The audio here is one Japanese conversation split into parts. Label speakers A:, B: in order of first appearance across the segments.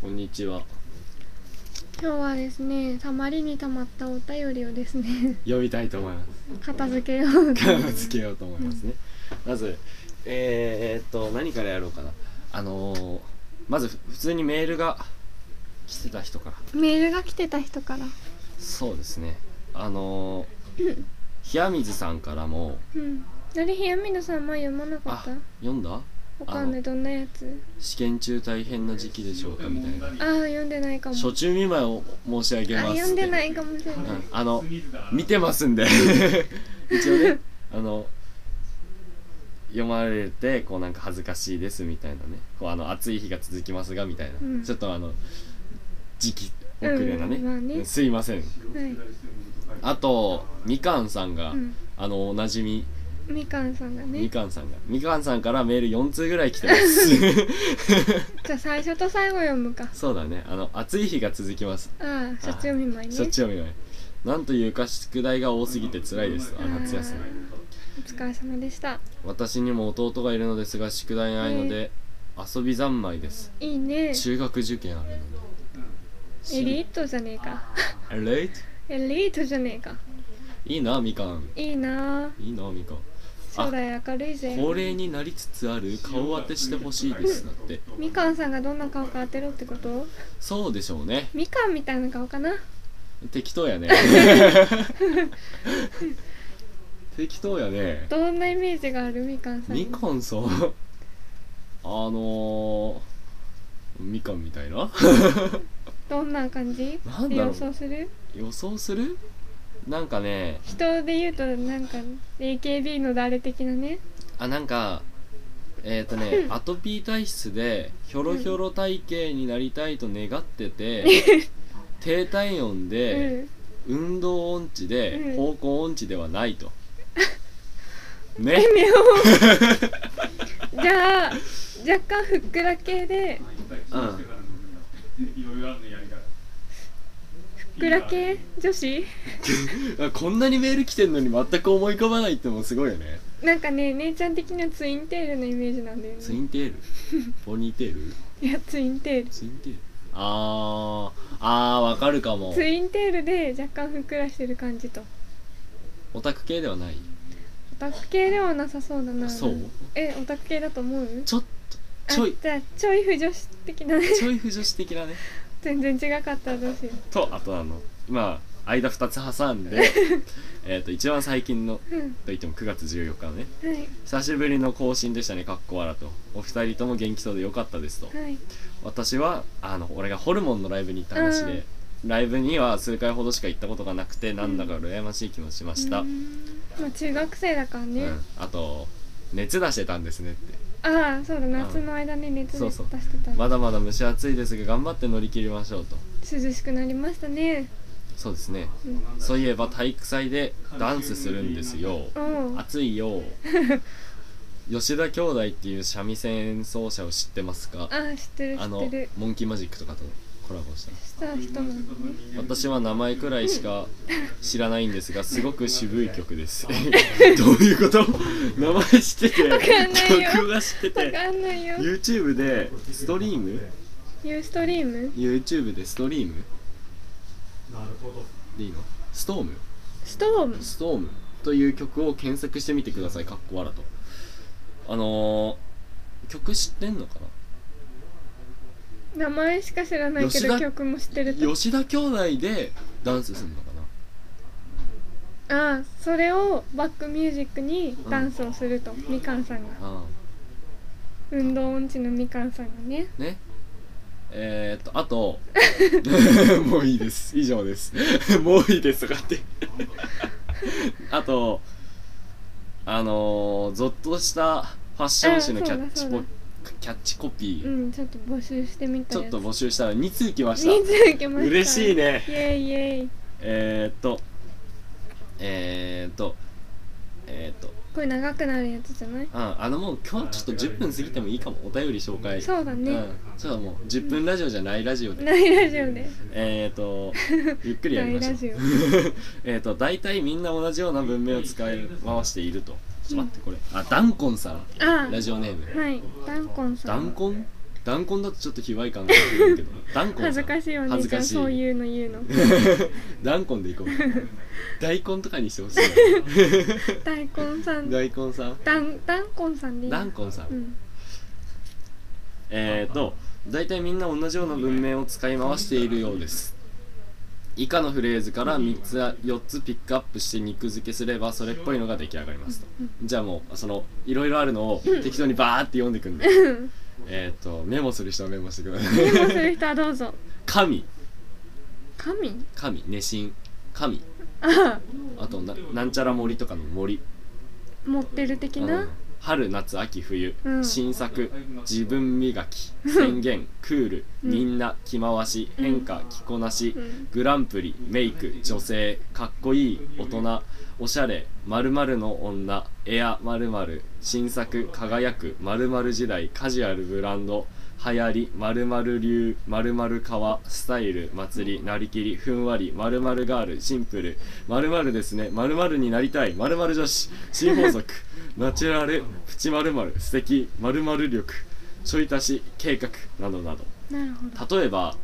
A: こんにちは
B: 今日はですねたまりにたまったお便りをですね
A: 読みたいと思います
B: 片付けよう
A: 片 付けようと思いますね、まずえー、っと何からやろうかなあのーまずふ普通にメールが来てた人から
B: メールが来てた人から
A: そうですねあのー、冷水さんからも
B: うんあれ冷やみのさん前読まなかった
A: あ読んだ
B: わかんないどんなやつ
A: 試験中大変な時期でしょうかみたいな
B: ああ読んでないかも
A: 初中見舞いを申し上げます
B: あ
A: って
B: 読んでないかもしれない、
A: うんあの見てますんで一応ねあの読まれてこうなんか恥ずかしいですみたいなねこうあの暑い日が続きますがみたいな、
B: うん
A: ちょっとあの時期遅れなね,、
B: うんまあね
A: すいません
B: はい、
A: あとみかんさんが、
B: うん、
A: あのおなじみ
B: みかんさんが
A: み
B: ね
A: かんさんがみかんさんからメール4通ぐらい来てます
B: じゃあ最初と最後読むか
A: そうだねあの暑い日が続きます
B: ああ初読み前ね
A: そっちを見ないなんというか宿題が多すぎて辛いですあ夏休み
B: お疲れ様でした
A: 私にも弟がいるのですが宿題ないので遊び三昧です
B: いいね
A: 中学受験あるのに
B: エリートじゃねえか
A: エリート
B: エリートじゃねえか
A: いいなみかん
B: いいなあ
A: いいなみかん
B: 将来明るいぜ
A: 高齢になりつつある顔当てしてほしいですだって
B: みかんさんがどんな顔か当てろってこと
A: そうでしょうね
B: みかんみたいな顔かな
A: 適当 やね適当やね
B: どんなイメージがあるみかんさんに
A: みかんさんあのー、みかんみたいな
B: どんな感じ
A: なんだろう
B: 予想する
A: 予想するなんかね
B: 人で言うとなんか AKB の誰的なね
A: あなんかえっ、ー、とねアトピー体質でひょろひょろ体型になりたいと願ってて低体温で、運動音痴で、
B: うん
A: 方向音痴ではない とね
B: うんじゃあ若干ふっくら系で
A: うん
B: ふっくら系女子
A: あこんなにメール来てんのに全く思い浮かばないってのもすごいよね
B: なんかね姉ちゃん的にはツインテールのイメージなんだよね
A: ツインテー ルポニーテール
B: いやツインテール
A: ツインテールあーあーわかるかも
B: ツインテールで若干ふっくらしてる感じと
A: オタク系ではない
B: オタク系ではなさそうだな
A: そう
B: えオタク系だと思う
A: ちょっとちょい
B: あじゃあちょい不女子的なね
A: ちょい不女子的なね
B: 全然違かったらどうしよ
A: とあとあのまあ間2つ挟んで えっと一番最近の
B: ううん
A: といっても9月14日のね
B: はい
A: 久しぶりの更新でしたねかっこわらとお二人とも元気そうでよかったですと
B: はい
A: 私はあの俺がホルモンのライブに行った話で、ライブには数回ほどしか行ったことがなくてなんだか羨ましい気もしました、
B: う
A: うん
B: んまあ中学生だからね、
A: あと熱出してたんですねって
B: ああそうだ夏の間ね熱
A: そ
B: 出
A: う
B: し
A: そう
B: てた、
A: まだまだ蒸し暑いですが頑張って乗り切りましょうと
B: 涼しくなりましたね
A: そうですね
B: うん
A: そういえば体育祭でダンスするんですよ、
B: おう
A: 暑いよ 吉田兄弟っていう三味線演奏者を知ってますか
B: ああ知ってる知
A: あ
B: っ
A: の
B: てる
A: モンキーマジックとかとコラボした
B: した人なのね
A: 私は名前くらいしか知らないんですがすごく渋い曲です どういうこと名前知って
B: かんない
A: て
B: よ
A: 曲は知って
B: わ
A: て
B: かんないよ
A: YouTube でストリーム
B: ユーストリーム
A: YouTube でストリーム
C: なるほど。
A: でいいのストーム
B: ストーム
A: ストームという曲を検索してみてくださいかっこわらとあのー、曲知ってんのかな
B: 名前しか知らないけ
A: 吉
B: ど
A: 田
B: 曲も知ってると
A: 吉田兄弟でダンスするのかな
B: ああそれをバックミュージックにダンスをすると、みかんさんが
A: あ
B: 運動音痴のみかんさんがね
A: あねえー、っとあ ともういいです以上ですもういいですとかってあとあのー、ゾッとしたファッション誌のキャッチポ
B: あそうだ
A: キャッチコピ
B: う
A: ー、
B: んちょっと募集してみ
A: ち
B: たや
A: ょ
B: つ
A: っと募集したら2通来ました
B: 人数来ました
A: 嬉しい
B: ね
A: ね
B: イエイイエイ
A: えー、っとえー、っとえー、っと
B: これ長くなるやつじゃない
A: ああのもう今日ちょっと10分過ぎてもいいかもお便り紹介
B: そうだね
A: うん、そうだもう10分ラジオじゃないラジオで
B: ないラジオで
A: えっ、ー、と ゆっくりや
B: な
A: り
B: い
A: ましょ
B: ラ
A: う
B: ジオ
A: えっと大体みんな同じような文明を使い回しているとちょっと待ってこれあダンコンさん
B: あ
A: ラジオネーム
B: あはいダンコンさ
A: ダ
B: ん
A: ンコンダンコンだとちょっと卑猥感が出 るけどダンコンさん
B: 恥ずかしいよ
A: 恥
B: ね
A: ず
B: じゃ
A: か
B: あ
A: しい
B: そういうの言うの
A: ダンコンでい こう大根とかにしてほしい
B: 大根さん
A: な大根さん
B: ダンダンコンさんでいい
A: ダンコンさん、
B: うん
A: えーと大体みんな同じような文面を使い回しているようです以下のフレーズから3つあ4つピックアップして肉付けすればそれっぽいのが出来上がりますとじゃあもうそのいろいろあるのを適当にバーって読んでくんでえーとメモする人はメモしてください
B: メモする人はどうぞ
A: 神
B: 神
A: 神熱心神
B: あ
A: あとななんちゃら森とかの森
B: あ持ってる的
A: う
B: なん
A: 春夏秋冬、
B: うん
A: 新作自分磨き宣言クール
B: うん
A: みんな着回し変化着こなし、
B: うん
A: グランプリメイク女性かっこいい大人おしゃれ〇〇の女エア〇〇新作輝く〇〇時代カジュアルブランド流行り〇〇流〇〇川スタイル祭りなりきりふんわり〇〇ガールシンプル〇〇ですね〇〇になりたい〇〇女子新法 則ナチュラルプチ〇〇素敵〇〇力ちょい足し計画などなど
B: なるほど
A: 例えば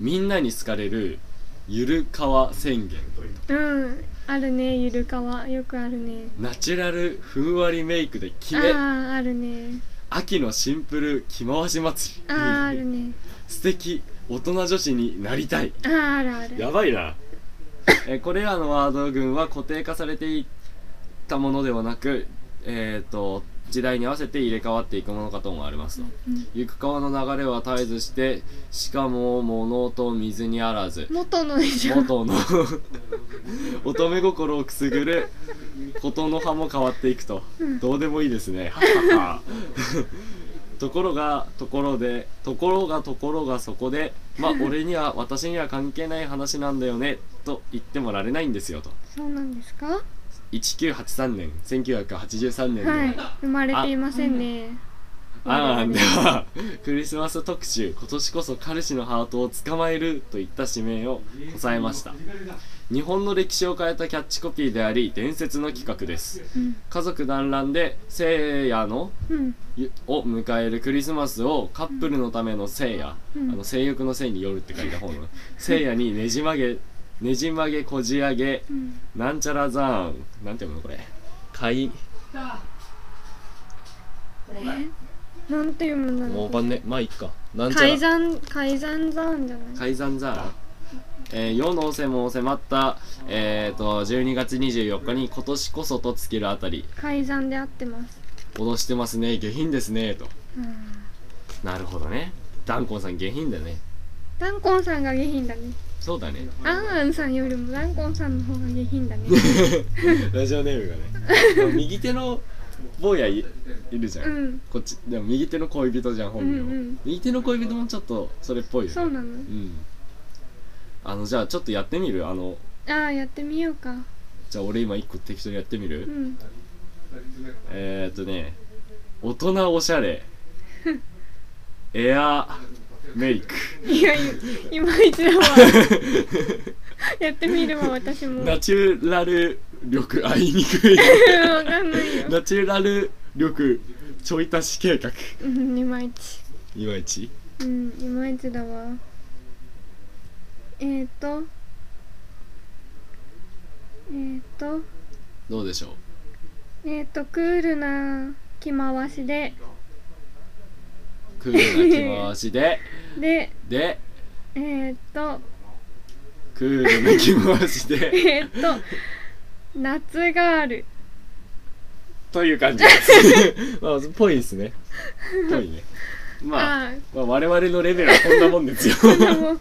A: みんなに好かれるゆるかわ宣言
B: うんあるねゆるかわよくあるね
A: ナチュラルふんわりメイクでキレ
B: あああるね
A: 秋のシンプル着回し祭
B: あ
A: り
B: ああるね
A: 素敵大人女子になりたい
B: あああるある
A: やばいな えーこれらのワード群は固定化されていったものではなくえっ、と時代に合わせて入れ替わっていくものかと思われますと、
B: うん
A: 行く川の流れは絶えずしてしかも物と水にあらず
B: 元のでしょ
A: 元の 乙女心をくすぐることの葉も変わっていくと、どうでもいいですねはっはっは ところがところでところがところがそこでまあ俺には私には関係ない話なんだよねと言ってもられないんですよと
B: そうなんですかは
A: 1983年1983年の、
B: い生まれていませんね
A: アーンではクリスマス特集今年こそ彼氏のハートを捕まえるといった使命をこさえました日本の歴史を変えたキャッチコピーであり伝説の企画です
B: うん
A: 家族団らんで聖夜の
B: うん
A: ゆを迎えるクリスマスをカップルのための聖夜、
B: うん
A: あの性欲の性によるって書いた本の聖夜にねじ曲げねじ曲げこじ上げ
B: うん
A: なんちゃらザーンなんて読むのこれ会
B: えなんて読むんだ
A: もう
B: ろ
A: わかんねまあいっかなん
B: う
A: ちゃら
B: 改ざん改ざんざんじゃない
A: 改ざんざら、えー、世のせも迫った、えー、と12月24日に今年こそとつけるあたり
B: 改ざんで合ってます
A: 脅してますね下品ですねと
B: うん
A: なるほどねダンコンさん下品だね
B: ダンコンさんが下品だね
A: そうだね
B: アンアンさんよりもダンコンさんの方が下品だ ね
A: ラジオネームがね 右手の坊やいいるじゃん、
B: うん
A: こっちでも右手の恋人じゃん本名、
B: うんうん
A: 右手の恋人もちょっとそれっぽいよね
B: そうなの
A: うんあのじゃあちょっとやってみるあの
B: ああやってみようか
A: じゃあ俺今一個適当にやってみる、
B: うん
A: えー、っとね大人おしゃ れエアメ イク
B: いやいいまいち だわやってみるわ私も
A: ナ
B: わ
A: チュラル力あいにく い
B: かんないよ
A: ナチュラル力ちょい足し計画
B: うんいまいち
A: いまいち
B: うんいまいちだわえーとえーと
A: どうでしょう
B: えーとクールな着回しで
A: クールな着回し で
B: で
A: で
B: えーと
A: クールな着回しで
B: えーと夏ガール
A: という感じです まあぽいですねぽいねまあ
B: ああ
A: まあ我々のレベルはこんなもん ですよ
B: こんなもん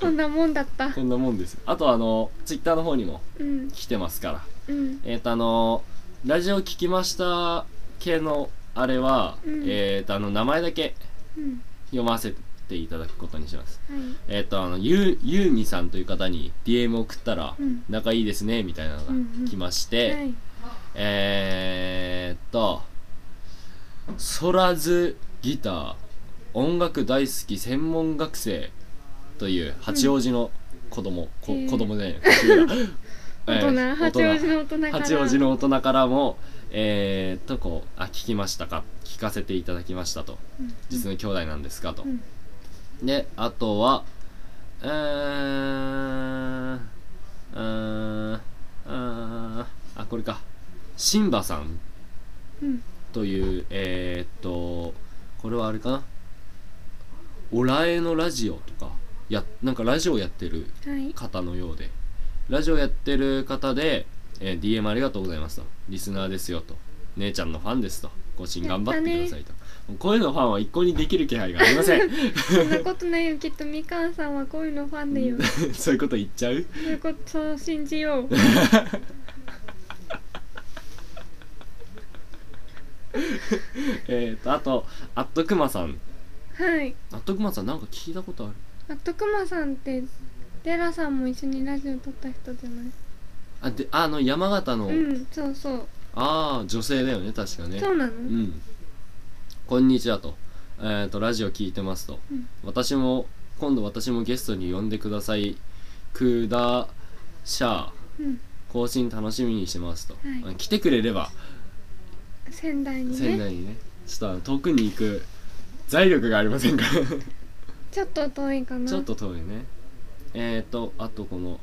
B: こんなもんだった
A: こんなもんですあとあのツイッターの方にも
B: うん
A: 来てますから
B: うん
A: えっ、とあのラジオ聞きました系のあれは、
B: うん
A: えっ、とあの名前だけ
B: うん
A: 読ませていただくことにします
B: はい
A: えっ、とあのゆうゆうみさんという方に DM を送ったら、
B: うん
A: 仲いいですねみたいなのが来まして、
B: はい
A: えー、っと「そらずギター音楽大好き専門学生」という八王子の子供、こ
B: へー
A: 子供じゃないのこっちが
B: 大人、
A: えー
B: 八王子の大人から
A: 八王子の大人からも、えー、とこうあ聞きましたか聞かせていただきましたと
B: うん
A: 実の兄弟なんですかと
B: う、ん
A: であとはうーんうーんうーんあこれかシンバさん
B: うん
A: というえー、っとこれはあれかなオラエのラジオとかやなんかラジオやってる
B: はい
A: 方のようでラジオやってる方で、えー DM ありがとうございますとリスナーですよと姉ちゃんのファンですと更新頑張ってくださいと、こういうのファンは一向にできる気配がありま せん
B: そんなことないよきっとみかんさんはこういうのファンだよ
A: そういうこと言っちゃう
B: そういうことそう信じよう
A: えー、とあとアットクマさん
B: はい
A: アットクマさんなんか聞いたことある
B: あとくまさんってデラさんも一緒にラジオ撮った人じゃない
A: あであの山形の、
B: うんそうそう
A: ああ女性だよね確かね
B: そうなの
A: うんこんにちはと,、えー、とラジオ聞いてますと、
B: うん
A: 私も今度私もゲストに呼んでくださいくだしゃ
B: うん
A: 更新楽しみにしてますと、
B: は
A: あ
B: い
A: 来てくれれば
B: 仙台に
A: 仙
B: ね
A: 台にねちょっとあの遠くに行く財力がありませんから
B: ちょっと遠いかな
A: ちょっと遠いね。えーと、あとこの、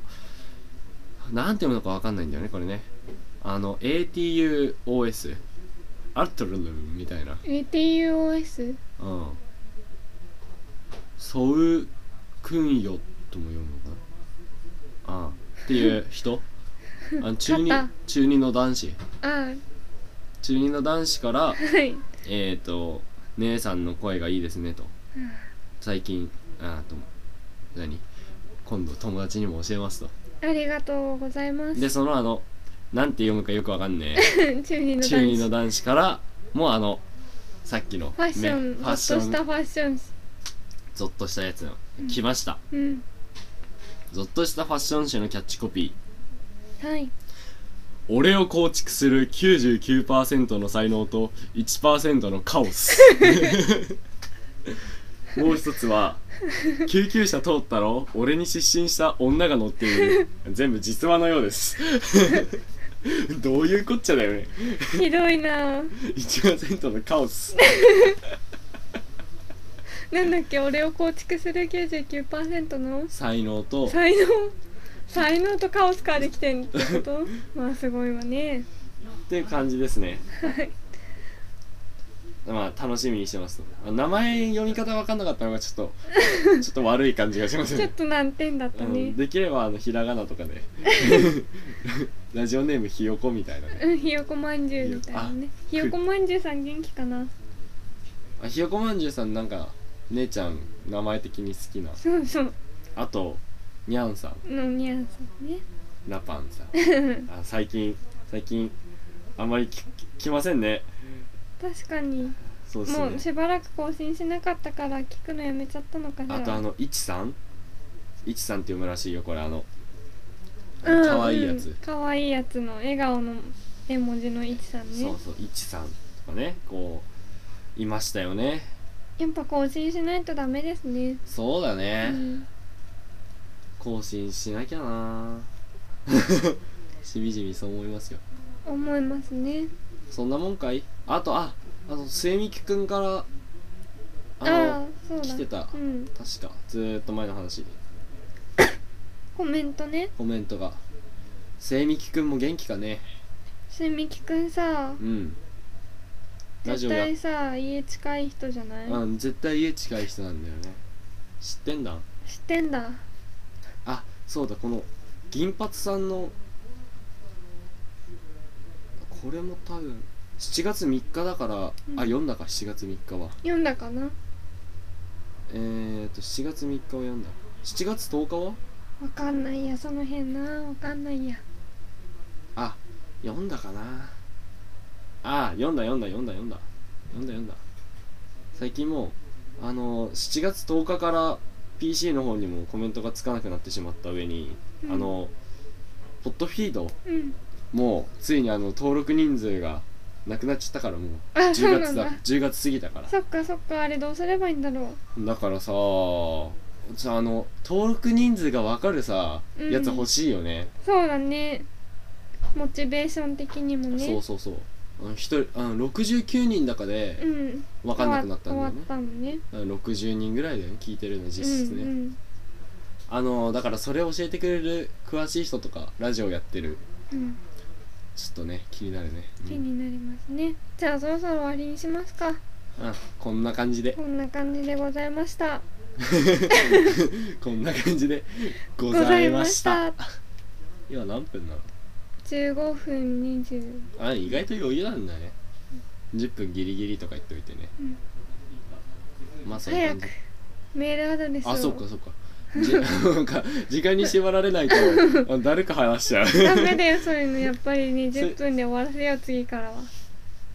A: なんて読むのかわかんないんだよね、これね。あの、ATUOS。アルトルルンみたいな。
B: ATUOS
A: うん。ソウクンヨとも読むのかな。ああっていう人 あの中二
B: 勝った
A: 中二の男子。
B: あ
A: 中二の男子から、
B: はい
A: えーと、姉さんの声がいいですねと。最近、あと、何今度友達にも教えますと。
B: ありがとうございます
A: でそのあのなんて読むかよくわかんね
B: 中二
A: え
B: の
A: 中二
B: 男
A: の
B: 子
A: 男子からもうあのさっきの、ね、
B: ファッション、
A: フ
B: ほ
A: ァッ
B: っと
A: ショ
B: した
A: ン
B: ファッション誌
A: ゾッとしたやつの来ました、
B: うん
A: ゾッとしたファッション誌のキャッチコピー
B: はい
A: 俺を構築する99%の才能と1%のカオスもう一つは救急車通ったろ俺に失神した女が乗っている全部実話のようですどういうこっちゃだよね
B: ひどいなあ
A: 1%のカオス
B: なんだっけ俺を構築する99%の
A: 才能と
B: 才能才能とカオスからできてんってこと まあすごいわね
A: っていう感じですね
B: はい
A: まあ楽しみにしてますあ名前読み方分かんなかったのがちょっと ちょっと悪い感じがします
B: ちょっ
A: ね、
B: と難点だった
A: う
B: ね
A: ん、できればあのひらがなとかで ラジオネームひよこみたいなね
B: うん、ひよこまんじゅうみたいなねひよこまんじゅうさん元気かな
A: あひよこまんじゅうさんなんか姉ちゃん名前的に好きな
B: そうそう
A: あとにゃんさん
B: のにゃんさんね
A: ラパンさ んあ最近最近あんまりき来ませんね
B: 確かに
A: そうです
B: もう
A: ね
B: しばらく更新しなかったから聞くのやめちゃったのかしら
A: あとあのいちさんいちさんって読むらしいよこれあのあ
B: うん
A: の可愛いやつ、
B: うん可愛いやつの笑顔の絵文字のいちさんね
A: そうそういちさんとかねこういましたよね
B: やっぱ更新しないとダメですね
A: そうだね、
B: うん
A: 更新しなきゃな しみじみそう思いますよ
B: 思いますね
A: そんなもんかいあとああの末美くんから
B: あ
A: あの
B: あそうだ
A: 来てた
B: うん
A: 確かずーっと前の話
B: コメントね
A: コメントが末美くんも元気かね
B: すみきくんさ
A: うんラジ
B: 絶
A: オや
B: 対さ家近い人じゃない
A: うん絶対家近い人なんだよね知ってんだ
B: 知ってんだ
A: あそうだこの銀髪さんのこれも多分7月3日だから、
B: うん
A: あ読んだか7月3日は
B: 読んだかな
A: えー、と7月3日は読んだ7月10日は
B: わかんないやその辺なわかんないや
A: あ読んだかなあ読んだ読んだ読んだ読んだ読んだ読んだ最近もうあの7月10日から PC の方にもコメントがつかなくなってしまった上に、
B: うん
A: あのホットフィード
B: うん
A: もうついにあの登録人数がなくなっちゃったからもう
B: あそう
A: 10
B: な
A: 月
B: ん
A: だ
B: だ
A: 10月過ぎたから
B: そっかそっかあれどうすればいいんだろう
A: だからさもちょあの登録人数が分かるさ、
B: うん
A: やつ欲しいよね
B: そうだねモチベーション的にもね
A: そうそうそうあの一人あの69人だかで
B: うん
A: 分かんなくなったんだよ
B: 終わ
A: ね
B: っ、たのね
A: だから60人ぐらいだよね聞いてるの実質ね、
B: うんうん
A: あのだからそれ教えてくれる詳しい人とかラジオやってる
B: うん、
A: ちょっとね気になるね、うん
B: 気になりますねじゃあそろそろ終わりにしますか
A: あこんな感じで
B: こんな感じでございました
A: こんな感じでご
B: ご
A: ざ
B: ざ
A: い
B: い
A: ま
B: ま
A: し
B: したた
A: 今何分なの
B: 15分20
A: あ意外と余裕なんだね10分ギリギリとか言っといてね、
B: うん
A: まあそういう
B: 早
A: 感
B: く
A: じ
B: メールアドレスを
A: あそうかそうかじ なんか時間に縛られない とあだるく話しちゃう
B: ダメだよそういうのやっぱり20 分で終わらせよう次からは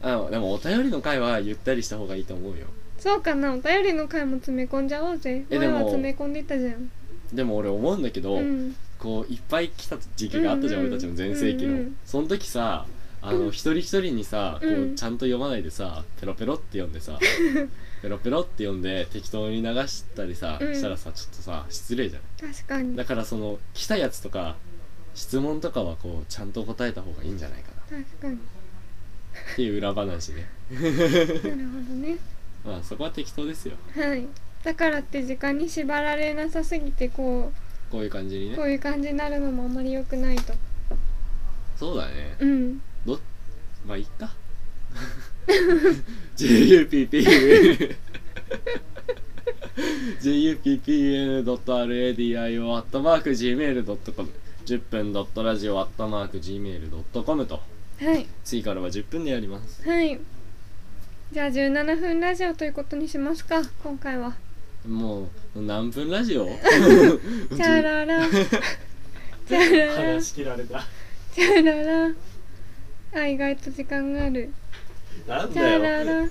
A: あのでもお便りの回はゆったりした方がいいと思うよ
B: そうかなお便りの回も詰め込んじゃおうぜ
A: え
B: 前
A: でも
B: は詰め込んでたじゃん
A: でも俺思うんだけど、
B: うん
A: こういっぱい来た時期があったじゃん、
B: うんうん
A: 俺たちの全盛期の、
B: うんうん
A: その時さあの、
B: うん
A: 一人一人にさこ
B: う
A: うんちゃんと読まないでさペロペロって読んで さペロペロって読んで適当に流したりさ、
B: うん
A: したらさちょっとさ失礼じゃん
B: 確かに
A: だからその来たやつとか質問とかはこうちゃんと答えた方がいいんじゃないかな
B: 確かに
A: っていう裏話ね
B: なるほどね
A: まあそこは適当ですよ
B: はいだからって時間に縛られなさすぎてこ
A: こういう感じに
B: う
A: ね
B: こういう感じになるのもあんまり良くないと
A: そうだね
B: うん
A: どまあいっか JUPPUN JUPPUN.radio.gmail.com 10分 .radio.gmail.com と
B: はい
A: 次からは10分でやります
B: はいじゃあ17分ラジオということにしますか今回は
A: もう何分ラ ジオ
B: チャララチャララ
C: 話し切られた。
B: チャララあ意外と時間がある
C: なん
B: チ
C: だ
B: ャ
C: よ。
B: ララ